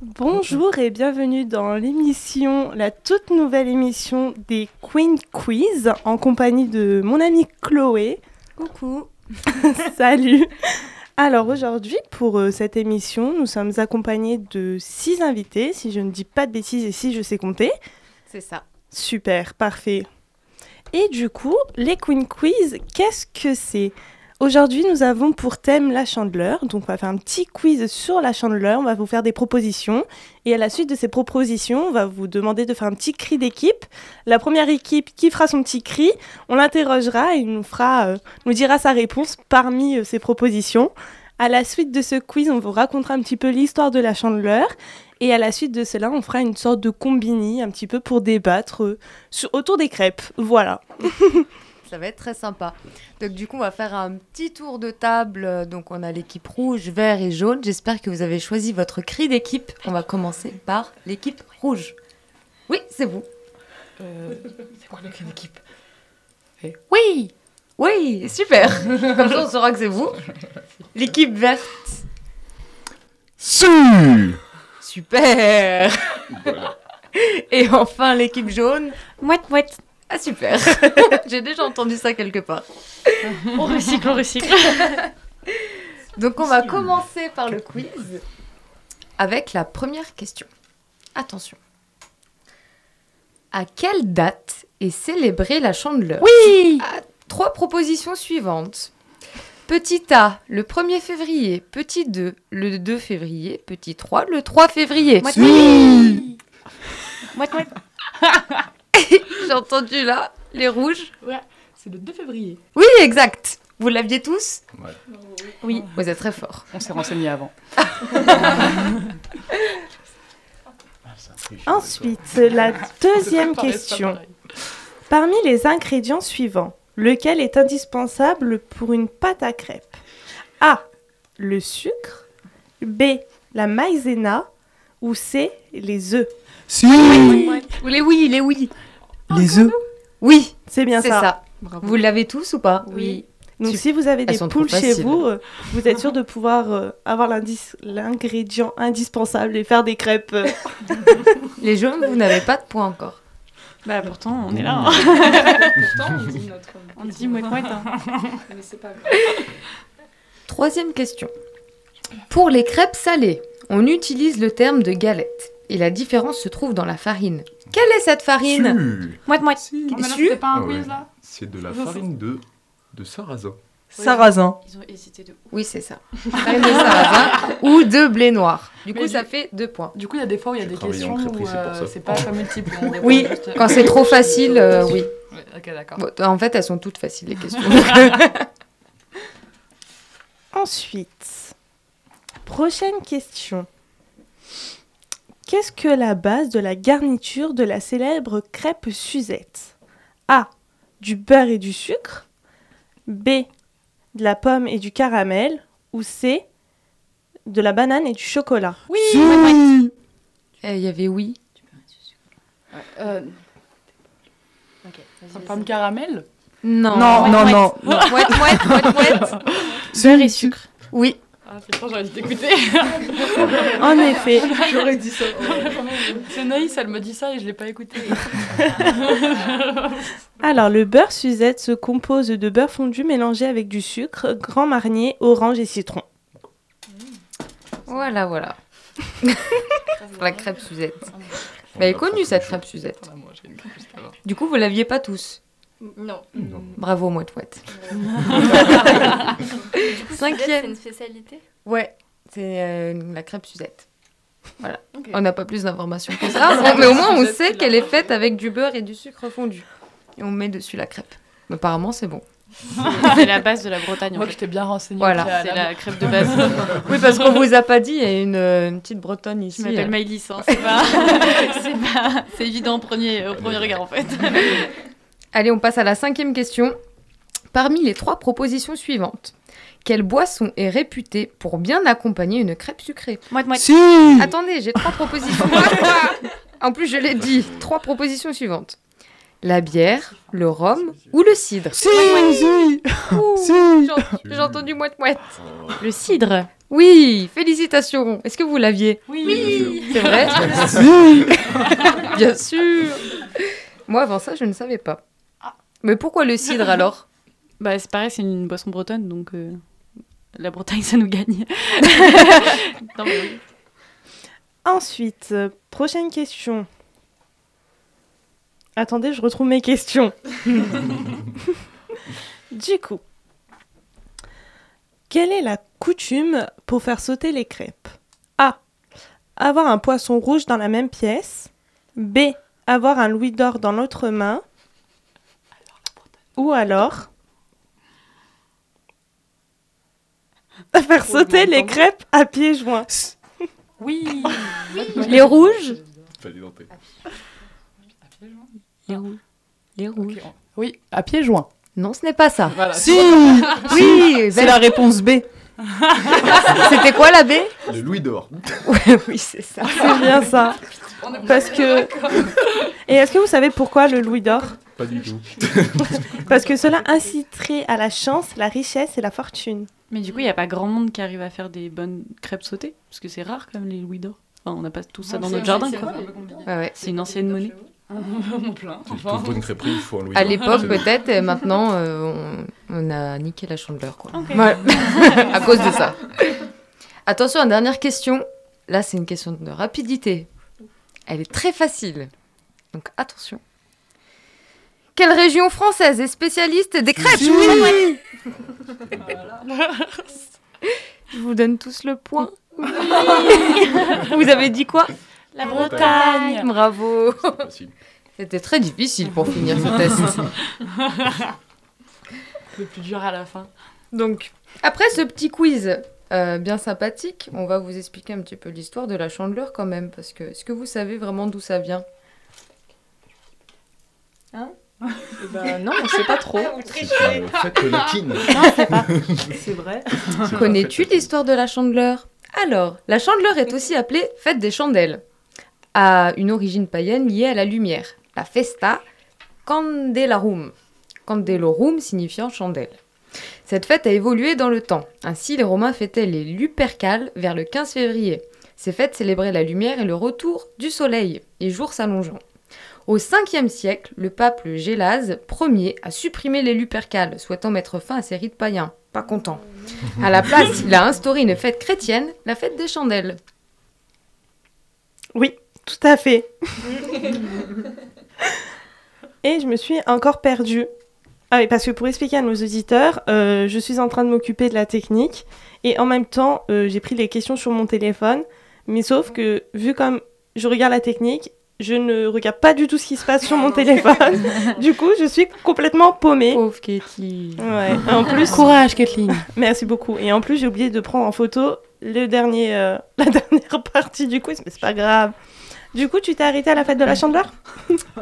Bonjour et bienvenue dans l'émission, la toute nouvelle émission des Queen Quiz en compagnie de mon amie Chloé. Coucou. Salut. Alors aujourd'hui pour euh, cette émission, nous sommes accompagnés de six invités, si je ne dis pas de bêtises et si je sais compter. C'est ça. Super, parfait. Et du coup, les Queen Quiz, qu'est-ce que c'est Aujourd'hui, nous avons pour thème la chandeleur. Donc, on va faire un petit quiz sur la chandeleur. On va vous faire des propositions. Et à la suite de ces propositions, on va vous demander de faire un petit cri d'équipe. La première équipe qui fera son petit cri, on l'interrogera et il nous, fera, euh, nous dira sa réponse parmi euh, ces propositions. À la suite de ce quiz, on vous racontera un petit peu l'histoire de la chandeleur. Et à la suite de cela, on fera une sorte de combini un petit peu pour débattre euh, sur- autour des crêpes. Voilà. Ça va être très sympa. Donc du coup, on va faire un petit tour de table. Donc on a l'équipe rouge, vert et jaune. J'espère que vous avez choisi votre cri d'équipe. On va commencer par l'équipe rouge. Oui, c'est vous. Euh, c'est quoi le cri d'équipe Eh. Oui. Oui, super. Comme ça, on saura que c'est vous. L'équipe verte. Su Super. Et enfin l'équipe jaune. Mouette, mouette. Ah super. J'ai déjà entendu ça quelque part. On recycle, on recycle. Donc on va commencer par le quiz avec la première question. Attention. À quelle date est célébrée la chandeleur Oui Trois propositions suivantes. Petit A, le 1er février. Petit 2, le 2 février. Petit 3, le 3 février. Mouette, Si. mouette. Mouette, mouette. J'ai entendu là, les rouges. C'est le 2 février. Oui, exact. Vous l'aviez tous Ouais. Oui, vous êtes très forts. On s'est renseigné avant. Ensuite, la deuxième question. Parmi les ingrédients suivants, lequel est indispensable pour une pâte à crêpes A. Le sucre. B. La maïzena. Ou C. Les œufs. Si Les oui, les oui. Les œufs Oui, C'est bien c'est ça. ça. Vous l'avez tous ou pas Oui. Donc Tu- si vous avez des sont poules trop chez faciles. vous, euh, vous êtes sûr de pouvoir euh, avoir l'indice- l'ingrédient indispensable et faire des crêpes. euh. Les jaunes, vous n'avez pas de points encore. Bah pourtant, on est là. hein. là. Pourtant, on dit notre. On dit mouette, mouette. hein. Mais c'est pas grave. Troisième question. Pour les crêpes salées, on utilise le terme de galette. Et la différence se trouve dans la farine. Quelle est cette farine Mouette, mouette. Oh, mais non, Su- c'était pas un Ah quiz ouais. là C'est de la farine de, de sarrasin. Sarrasin. Ils ont hésité de ouf. Oui, c'est ça. Farine de sarrasin ou de blé noir. Du coup, Mais ça du- fait deux points. Du coup, il y a des fois où il y a J'ai des travaillé questions en crêperie, où c'est pour euh, ça. c'est pas comme multiple. on répond Oui, juste- Quand c'est trop facile, euh, oui. Ouais, Ok, d'accord. Ah. Bon, en fait, elles sont toutes faciles, les questions. Ensuite, prochaine question. Qu'est-ce que la base de la garniture de la célèbre crêpe Suzette A. Du beurre et du sucre. B. De la pomme et du caramel. Ou C. De la banane et du chocolat. Oui Si. Eh, Il y avait oui. Euh, Ok, vas-y, ça vas-y. pomme caramel Non. non, non. Mouette, mouette, mouette, mouette. Beurre et sucre. Oui. Ah, putain, j'aurais dû t'écouter. En effet, J'aurais dit ça. c'est Naïs, elle me dit ça et je l'ai pas écouté. alors le beurre Suzette se compose de beurre fondu mélangé avec du sucre, grand marnier, orange et citron. Voilà, voilà. La crêpe Suzette. On Bah, elle est a connue cette proposé. crêpe Suzette. Attends, moi, j'ai une crêpe juste avant. Du coup, vous l'aviez pas tous. Mm, Non. Non. Bravo, mouette mouette. Du coup, Cinquième. Suzette, C'est une spécialité. Ouais, c'est euh, la crêpe Suzette. Voilà. Ok. On n'a pas plus d'informations que ça, mais au moins on sait qu'elle est faite avec du beurre et du sucre fondu. Et on met dessus la crêpe. Mais apparemment, c'est bon. C'est la base de la Bretagne, en Moi, je fait. t'ai bien renseignée. Voilà. Clara. C'est la crêpe de base. Oui, parce qu'on vous a pas dit, il y a une, euh, une petite bretonne Je ici. m'appelle euh. Maïlis, hein, c'est pas... c'est pas... C'est évident au premier, au premier regard, en fait. Allez, on passe à la cinquième question. Parmi les trois propositions suivantes, quelle boisson est réputée pour bien accompagner une crêpe sucrée Mouette, mouette. Si Attendez, j'ai trois propositions. en plus, je l'ai dit. Trois propositions suivantes. La bière, le rhum ou le cidre. Si Si Ouh, Si j'en- J'ai entendu mouette mouette. Oh, Le cidre. Oui, félicitations. Est-ce que vous l'aviez Oui. C'est vrai Bien sûr. Moi, avant ça, je ne savais pas. Ah. Mais pourquoi le cidre alors Bah, c'est pareil, c'est une boisson bretonne, donc euh, la Bretagne, ça nous gagne. Non, mais oui. Ensuite, euh, prochaine question. Attendez, je retrouve mes questions. du coup, quelle est la coutume pour faire sauter les crêpes A. Avoir un poisson rouge dans la même pièce. B. Avoir un louis d'or dans l'autre main. Ou alors faire Trouve sauter mon les temps. crêpes à pieds joints. Oui. Les rouges Fallait tenter. Les rouges. Les rouges. Oui, Ah, à pieds joints. Non, ce n'est pas ça. Voilà. Si Oui, C'est la réponse B. c'était quoi la baie Le Louis d'or. Oui, c'est ça. C'est bien ça. Parce que. Et est-ce que vous savez pourquoi le louis d'or Pas du tout. Parce que cela inciterait à la chance, la richesse et la fortune. Mais du coup, il n'y a pas grand monde qui arrive à faire des bonnes crêpes sautées, parce que c'est rare quand même les louis d'or. Enfin, on n'a pas tous ça dans notre jardin, quoi. Ouais, ouais. C'est une ancienne monnaie. Mon plein. C'est Toute bonne crêperie, il faut un Louis d'or. À l'époque, C'est- peut-être, et maintenant, euh, on, on a niqué la chandeleur, quoi. Ouais. à cause de ça. Attention, dernière question. Là, c'est une question de rapidité. Elle est très facile. Donc, attention. Quelle région française est spécialiste des crêpes Je vous donne tous le point. vous avez dit quoi La Bretagne Bravo C'est facile. C'était très difficile pour finir ce test. Le plus dur à la fin. Donc, après ce petit quiz euh, bien sympathique, on va vous expliquer un petit peu l'histoire de la chandeleur quand même, parce que est-ce que vous savez vraiment d'où ça vient Bah non, on sait pas trop. C'est une fête latine. C'est vrai. C'est Connais-tu la fête- l'histoire de la chandeleur Alors, la chandeleur est aussi appelée fête des chandelles, à une origine païenne liée à la lumière, la festa candelarum. Candelorum signifiant chandelle. Cette fête a évolué dans le temps. Ainsi, les Romains fêtaient les Lupercales vers le 15 février. Ces fêtes célébraient la lumière et le retour du soleil, les jours s'allongeant. Au 5e siècle, le pape le Gélase Ier a supprimé les Lupercales, souhaitant mettre fin à ces rites païens. Pas content. À la place, il a instauré une fête chrétienne, la fête des chandelles. Oui, tout à fait. Et je me suis encore perdue. Ah oui, parce que pour expliquer à nos auditeurs, euh, je suis en train de m'occuper de la technique et en même temps, euh, j'ai pris les questions sur mon téléphone. Mais sauf que, vu comme je regarde la technique, je ne regarde pas du tout ce qui se passe sur mon téléphone. du coup, je suis complètement paumée. Pauvre Katie. Ouais, en plus, Courage, Kathleen. Merci beaucoup. Et en plus, j'ai oublié de prendre en photo le dernier, euh, la dernière partie du quiz, mais c'est pas grave. Du coup, tu t'es arrêté à la fête de la chandeleur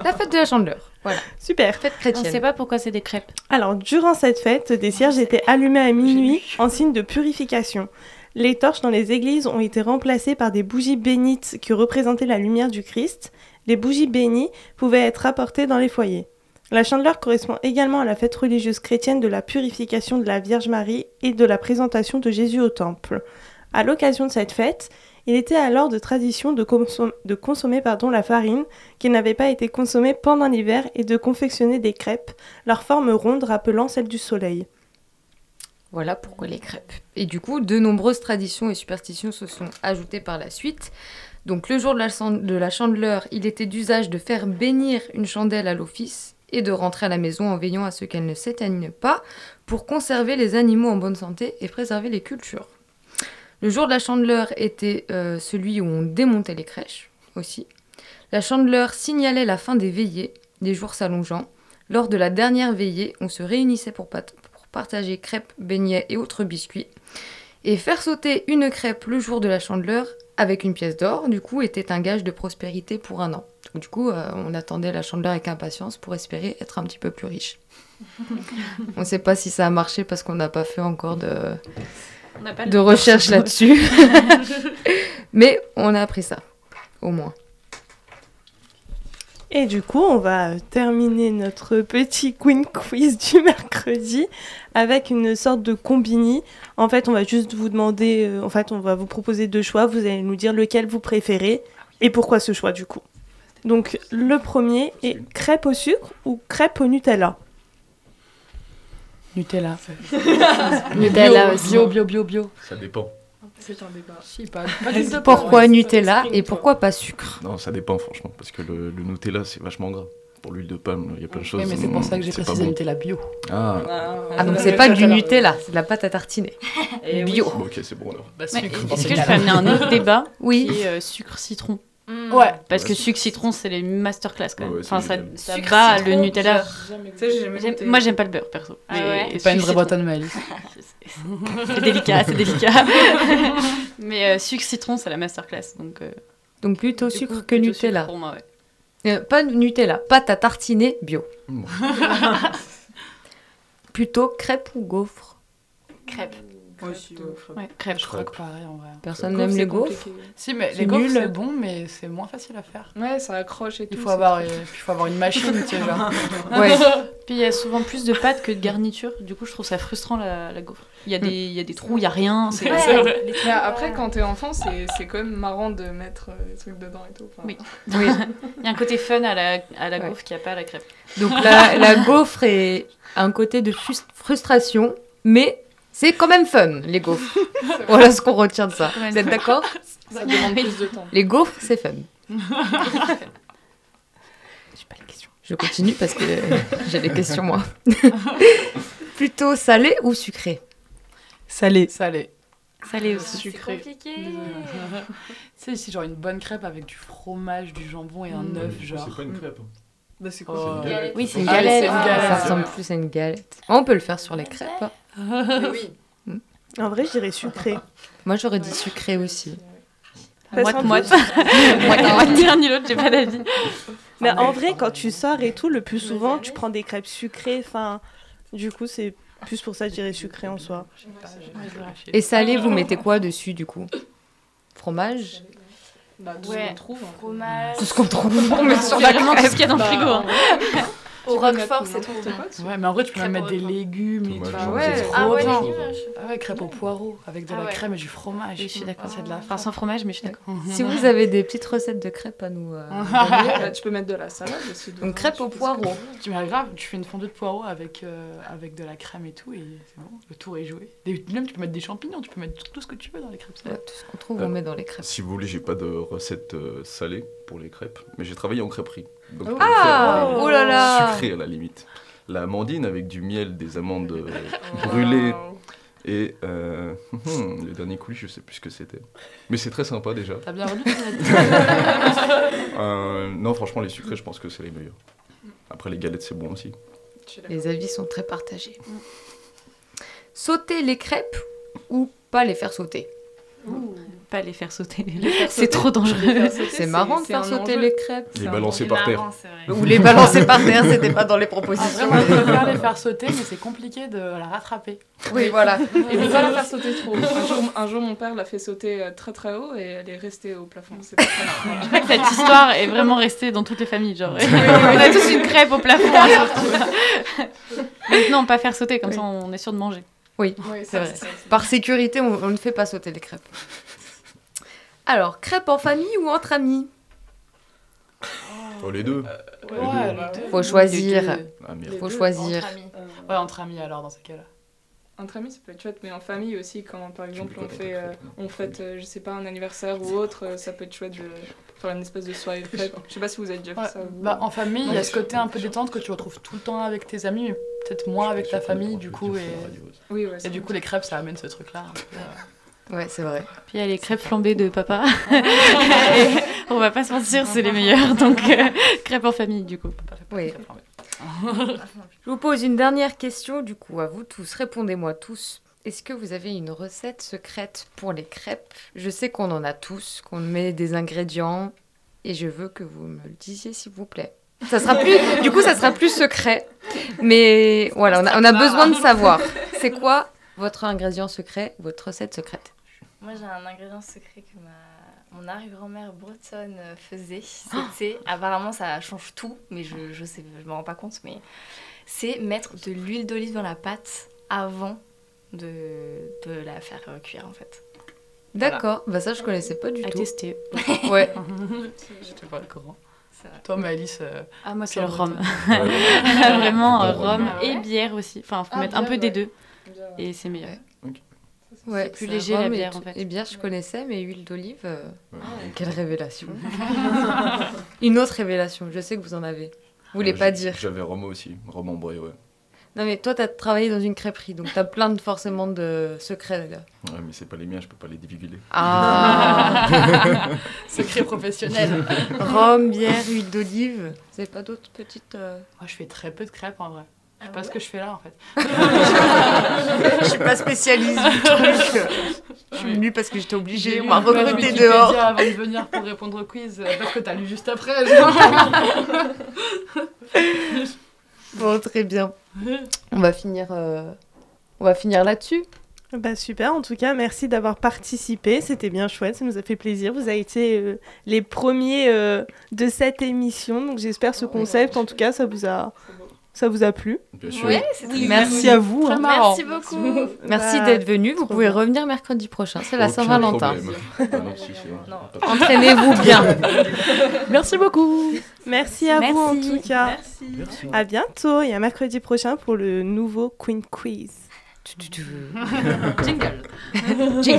La fête de la chandeleur. Voilà, Super. fête On chrétienne. sait pas pourquoi c'est des crêpes. Alors, durant cette fête, des cierges étaient allumés à minuit en signe de purification. Les torches dans les églises ont été remplacées par des bougies bénites qui représentaient la lumière du Christ. Les bougies bénies pouvaient être apportées dans les foyers. La chandeleur correspond également à la fête religieuse chrétienne de la purification de la Vierge Marie et de la présentation de Jésus au temple. À l'occasion de cette fête, il était alors de tradition de, consom- de consommer pardon, la farine qui n'avait pas été consommée pendant l'hiver et de confectionner des crêpes, leur forme ronde rappelant celle du soleil. Voilà pourquoi les crêpes. Et du coup, de nombreuses traditions et superstitions se sont ajoutées par la suite. Donc le jour de la, chan- de la chandeleur, il était d'usage de faire bénir une chandelle à l'office et de rentrer à la maison en veillant à ce qu'elle ne s'éteigne pas pour conserver les animaux en bonne santé et préserver les cultures. Le jour de la chandeleur était euh, celui où on démontait les crèches aussi. La chandeleur signalait la fin des veillées, des jours s'allongeant. Lors de la dernière veillée, on se réunissait pour, pat- pour partager crêpes, beignets et autres biscuits. Et faire sauter une crêpe le jour de la chandeleur avec une pièce d'or, du coup, était un gage de prospérité pour un an. Donc, du coup, euh, on attendait la chandeleur avec impatience pour espérer être un petit peu plus riche. on ne sait pas si ça a marché parce qu'on n'a pas fait encore de, On n'a pas de recherche là-dessus. Mais on a appris ça, au moins. Et du coup, on va euh, terminer notre petit Queen Quiz du mercredi avec une sorte de combini. En fait, on va juste vous demander, euh, en fait, on va vous proposer deux choix. Vous allez nous dire lequel vous préférez et pourquoi ce choix du coup. Donc, le premier est crêpe au sucre ou crêpe au Nutella. Nutella. Nutella aussi. Bio, bio, bio, bio. Ça dépend. C'est un débat. Je sais pas. Pourquoi Nutella et pourquoi pas sucre Non, ça dépend, franchement. Parce que le, le Nutella, c'est vachement gras. Pour l'huile de palme, il y a plein de choses. mais c'est pour ça que j'ai euh, pas précisé bon. Nutella bio. Ah, Ah, donc c'est pas du Nutella, c'est de la pâte à tartiner. Bio. bon, ok, c'est bon alors. Mais Est-ce que je peux amener un autre débat Oui. qui est euh, sucre-citron Ouais. Parce Ouais. que sucre-citron, c'est les masterclass quand même. Ouais, ouais, c'est enfin, ça, génial. ça bat le Nutella. J'aime- Nutella. Moi, j'aime pas le beurre perso. Ah ouais C'est pas une vraie sucre-citron. bretonne, Maëlys. C'est délicat, c'est délicat. Mais euh, sucre-citron, c'est la masterclass. Donc, euh, Donc plutôt du sucre coup, que plutôt Nutella. pour moi, ouais. Euh, pas de Nutella, pâte à tartiner bio. Mmh. Plutôt crêpe ou gaufre Crêpe. Moi aussi, Ouais, crêpe. Je crois que pareil en vrai. Personne Gaufre, n'aime les c'est gaufres. compliqué. Si, mais C'est les gaufres, nul. c'est bon, mais c'est moins facile à faire. Ouais, ça accroche et tout. Il faut c'est- avoir, euh, puis faut avoir une machine, tu sais, genre. Ouais. Puis il y a souvent plus de pâtes que de garniture. Du coup, je trouve ça frustrant la, la gaufre. Il y, a des- il y a des trous, il y a rien. C'est Ouais. c'est- Mais Ah. après, quand t'es enfant, c'est c'est quand même marrant de mettre euh, des trucs dedans et tout. Enfin, Oui. Il y a un côté fun à la, à la Ouais. gaufre qu'il n'y a pas à la crêpe. Donc la, la gaufre est un côté de fus- frustration, mais c'est quand même fun, les gaufres. voilà ce qu'on retient de ça. Vous êtes d'accord Ça demande plus de temps. Les gaufres, c'est fun. J'ai pas les questions. Je continue parce que j'ai des questions, moi. Plutôt salé ou sucré Salé. Salé. Salé aussi. Sucré. compliqué. Désolée. tu sais, si genre une bonne crêpe avec du fromage, du jambon et un Ouais, œuf, mais genre. C'est pas une crêpe. hein. Bah, c'est Mm. C'est une quoi galette. Oui, c'est une Ah, mais galette. c'est une galette. Ça ressemble plus à une galette. On peut le faire sur les crêpes. hein. Oui. En vrai, je dirais sucré. Moi, j'aurais dit sucré aussi. Parce Moite, qu'en moite. plus- Moite, moite. Ni l'un ni l'autre, j'ai pas d'avis. Mais en vrai, quand tu sors et tout, le plus souvent, tu prends des crêpes sucrées. Enfin, du coup, c'est plus pour ça que je dirais sucré en soi. Et salé, vous mettez quoi dessus, du coup Fromage Bah, tout Ouais. ce qu'on trouve. hein. Fromage. Tout ce qu'on trouve, on met sur la Vraiment tout ce qu'il y a dans le Bah, frigo. hein. Tu Au peux Roquefort, mettre c'est trop n'importe bon. quoi dessus. Ouais, mais en vrai, tu peux Crêpe même au mettre des fromage. légumes et tout. Fromage, Ah jambon, ouais, c'est trop Ah ouais, bien. les légumes, je- Ah ouais, crêpe au poireau avec de Ah la ouais. crème et du fromage. Je suis d'accord. C'est de la Enfin, sans fromage, mais je suis d'accord. Si vous avez des petites recettes de crêpes à nous. euh, Bah, tu peux mettre de la salade aussi. dedans, Une crêpe tu au fais ce que poireau. tu veux. Tu m'as grave, tu fais une fondue de poireaux avec, euh, avec de la crème et tout, et c'est bon, le tour est joué. Et même, tu peux mettre des champignons, tu peux mettre tout, tout ce que tu veux dans les crêpes. Ouais, salades. euh, tout ce qu'on trouve, on met dans les crêpes. Euh, Si vous voulez, j'ai pas de recette euh, salée pour les crêpes, mais j'ai travaillé en crêperie. Donc, je peux Ah faire, euh, Oh là là Sucré à la limite. La amandine avec du miel, des amandes euh, Oh. brûlées Waouh. et euh, hum, le dernier coulis, je sais plus ce que c'était. Mais c'est très sympa déjà. T'as bien relu Euh, non, franchement, les sucrés, je pense que c'est les meilleurs. Après, les galettes, c'est bon aussi. Je suis d'accord. Les avis sont très partagés. Sauter les crêpes ou pas les faire sauter Pas les faire sauter. sauter. C'est trop dangereux. C'est marrant de faire un sauter enjeu. les crêpes. Les un balancer par terre. Ou les balancer par terre, c'était pas dans les Ah, propositions. vraiment, je préfère les faire sauter, mais c'est compliqué de la rattraper. Oui, voilà. Et ne pas la faire sauter trop. Un jour, un jour, mon père l'a fait sauter euh, très très haut et elle est restée au plafond. C'est pas très grave. Je crois que cette histoire est vraiment restée dans toutes les familles. Genre, on a tous une crêpe au plafond. hein, surtout. Mais non, pas faire sauter, comme ça on est sûr de manger. Ouais, C'est ça, vrai. ça, ça. Par sécurité, on, on ne fait pas sauter les crêpes. Alors, crêpes en famille ou entre amis Oh, les deux Ouais, Ouais, les deux. Faut choisir. Les deux. Ah merde. Les Faut deux, choisir. Entre amis. Euh, Ouais, entre amis alors, dans ces cas-là. Entre amis, ça peut être chouette, mais en famille aussi, quand par exemple peux on pas fait, t'en euh, crêpes, hein. on fête, euh, je sais pas, un anniversaire ou autre, euh, ça peut être chouette de faire une espèce de soirée crêpe. Je sais pas si vous avez déjà fait Ouais, ça. ou- bah, en famille, il y a Ouais, ce côté un peu détente que tu retrouves tout le temps avec tes amis, mais peut-être moins avec ta famille, du coup. Et, Oui, ouais. et c'est du bon. coup, les crêpes, ça amène ce truc-là. un peu, euh, Ouais, c'est vrai. Puis il y a les crêpes flambées de papa. Et on va pas se mentir, c'est les meilleurs. Donc, euh, crêpes en famille, du coup. Oui. Je vous pose une dernière question, du coup, à vous tous. Répondez-moi tous. Est-ce que vous avez une recette secrète pour les crêpes Je sais qu'on en a tous, qu'on met des ingrédients, et je veux que vous me le disiez, s'il vous plaît. Ça sera plus, du coup, ça sera plus secret. Mais voilà, on a, on a besoin de savoir. C'est quoi votre ingrédient secret, votre recette secrète Moi, j'ai un ingrédient secret que ma mon arrière-grand-mère bretonne euh, faisait, c'était, apparemment ça change tout, mais je je sais, je m'en rends pas compte, mais c'est mettre de l'huile d'olive dans la pâte avant de, de la faire euh, cuire en fait. D'accord, bah ça je connaissais pas du À tout. tester. Ouais, J'étais pas au courant. Ça- Toi, mais Alice, euh, Ah, moi, c'est Sur le le rhum. Ouais. Vraiment, euh, Bon, rhum ouais. et bière aussi. Enfin, faut Ah, mettre un bière, peu des ouais. deux. Bien, Et c'est meilleur. ouais, plus ça léger, la va, mais bière, tu- en fait. Et bière, je connaissais, mais huile d'olive, euh, Ouais. quelle révélation. Une autre révélation, je sais que vous en avez. Vous voulez Ouais, pas j- dire. Euh, J'avais Rome aussi, Rome ambré, ouais. Non mais toi, t'as travaillé dans une crêperie, donc t'as plein de forcément de secrets là. Ouais, mais c'est pas les miens, je peux pas les divulguer. Ah, secret professionnel. rhum, bière, huile d'olive. Vous avez pas d'autres petites euh, Moi, je fais très peu de crêpes en vrai. Je sais pas ce que je fais là en fait. Je suis pas spécialiste du truc. Je suis venue parce que j'étais obligée. On m'a une page recrutée Wikipédia dehors. avant de venir pour répondre au quiz, euh, parce que t'as lu juste après. genre. Bon, très bien. On va finir. euh, On va finir là-dessus. Bah super, en tout cas, merci d'avoir participé. C'était bien chouette, ça nous a fait plaisir. Vous avez été euh, les premiers euh, de cette émission, donc j'espère ce concept, en tout cas, ça vous a, c'est beau. ça vous a plu. Bien sûr. Ouais, c'est très Merci à vous. hein. Merci beaucoup. Merci Bah, d'être venu. Vous trop pouvez bien. revenir mercredi prochain. C'est la Aucun Saint-Valentin. problème. Ah non, si, c'est- Non. pas de Entraînez-vous bien. Merci beaucoup. Merci à vous en Merci. tout cas. Merci. À bientôt et à mercredi prochain pour le nouveau Queen Quiz. Jingle.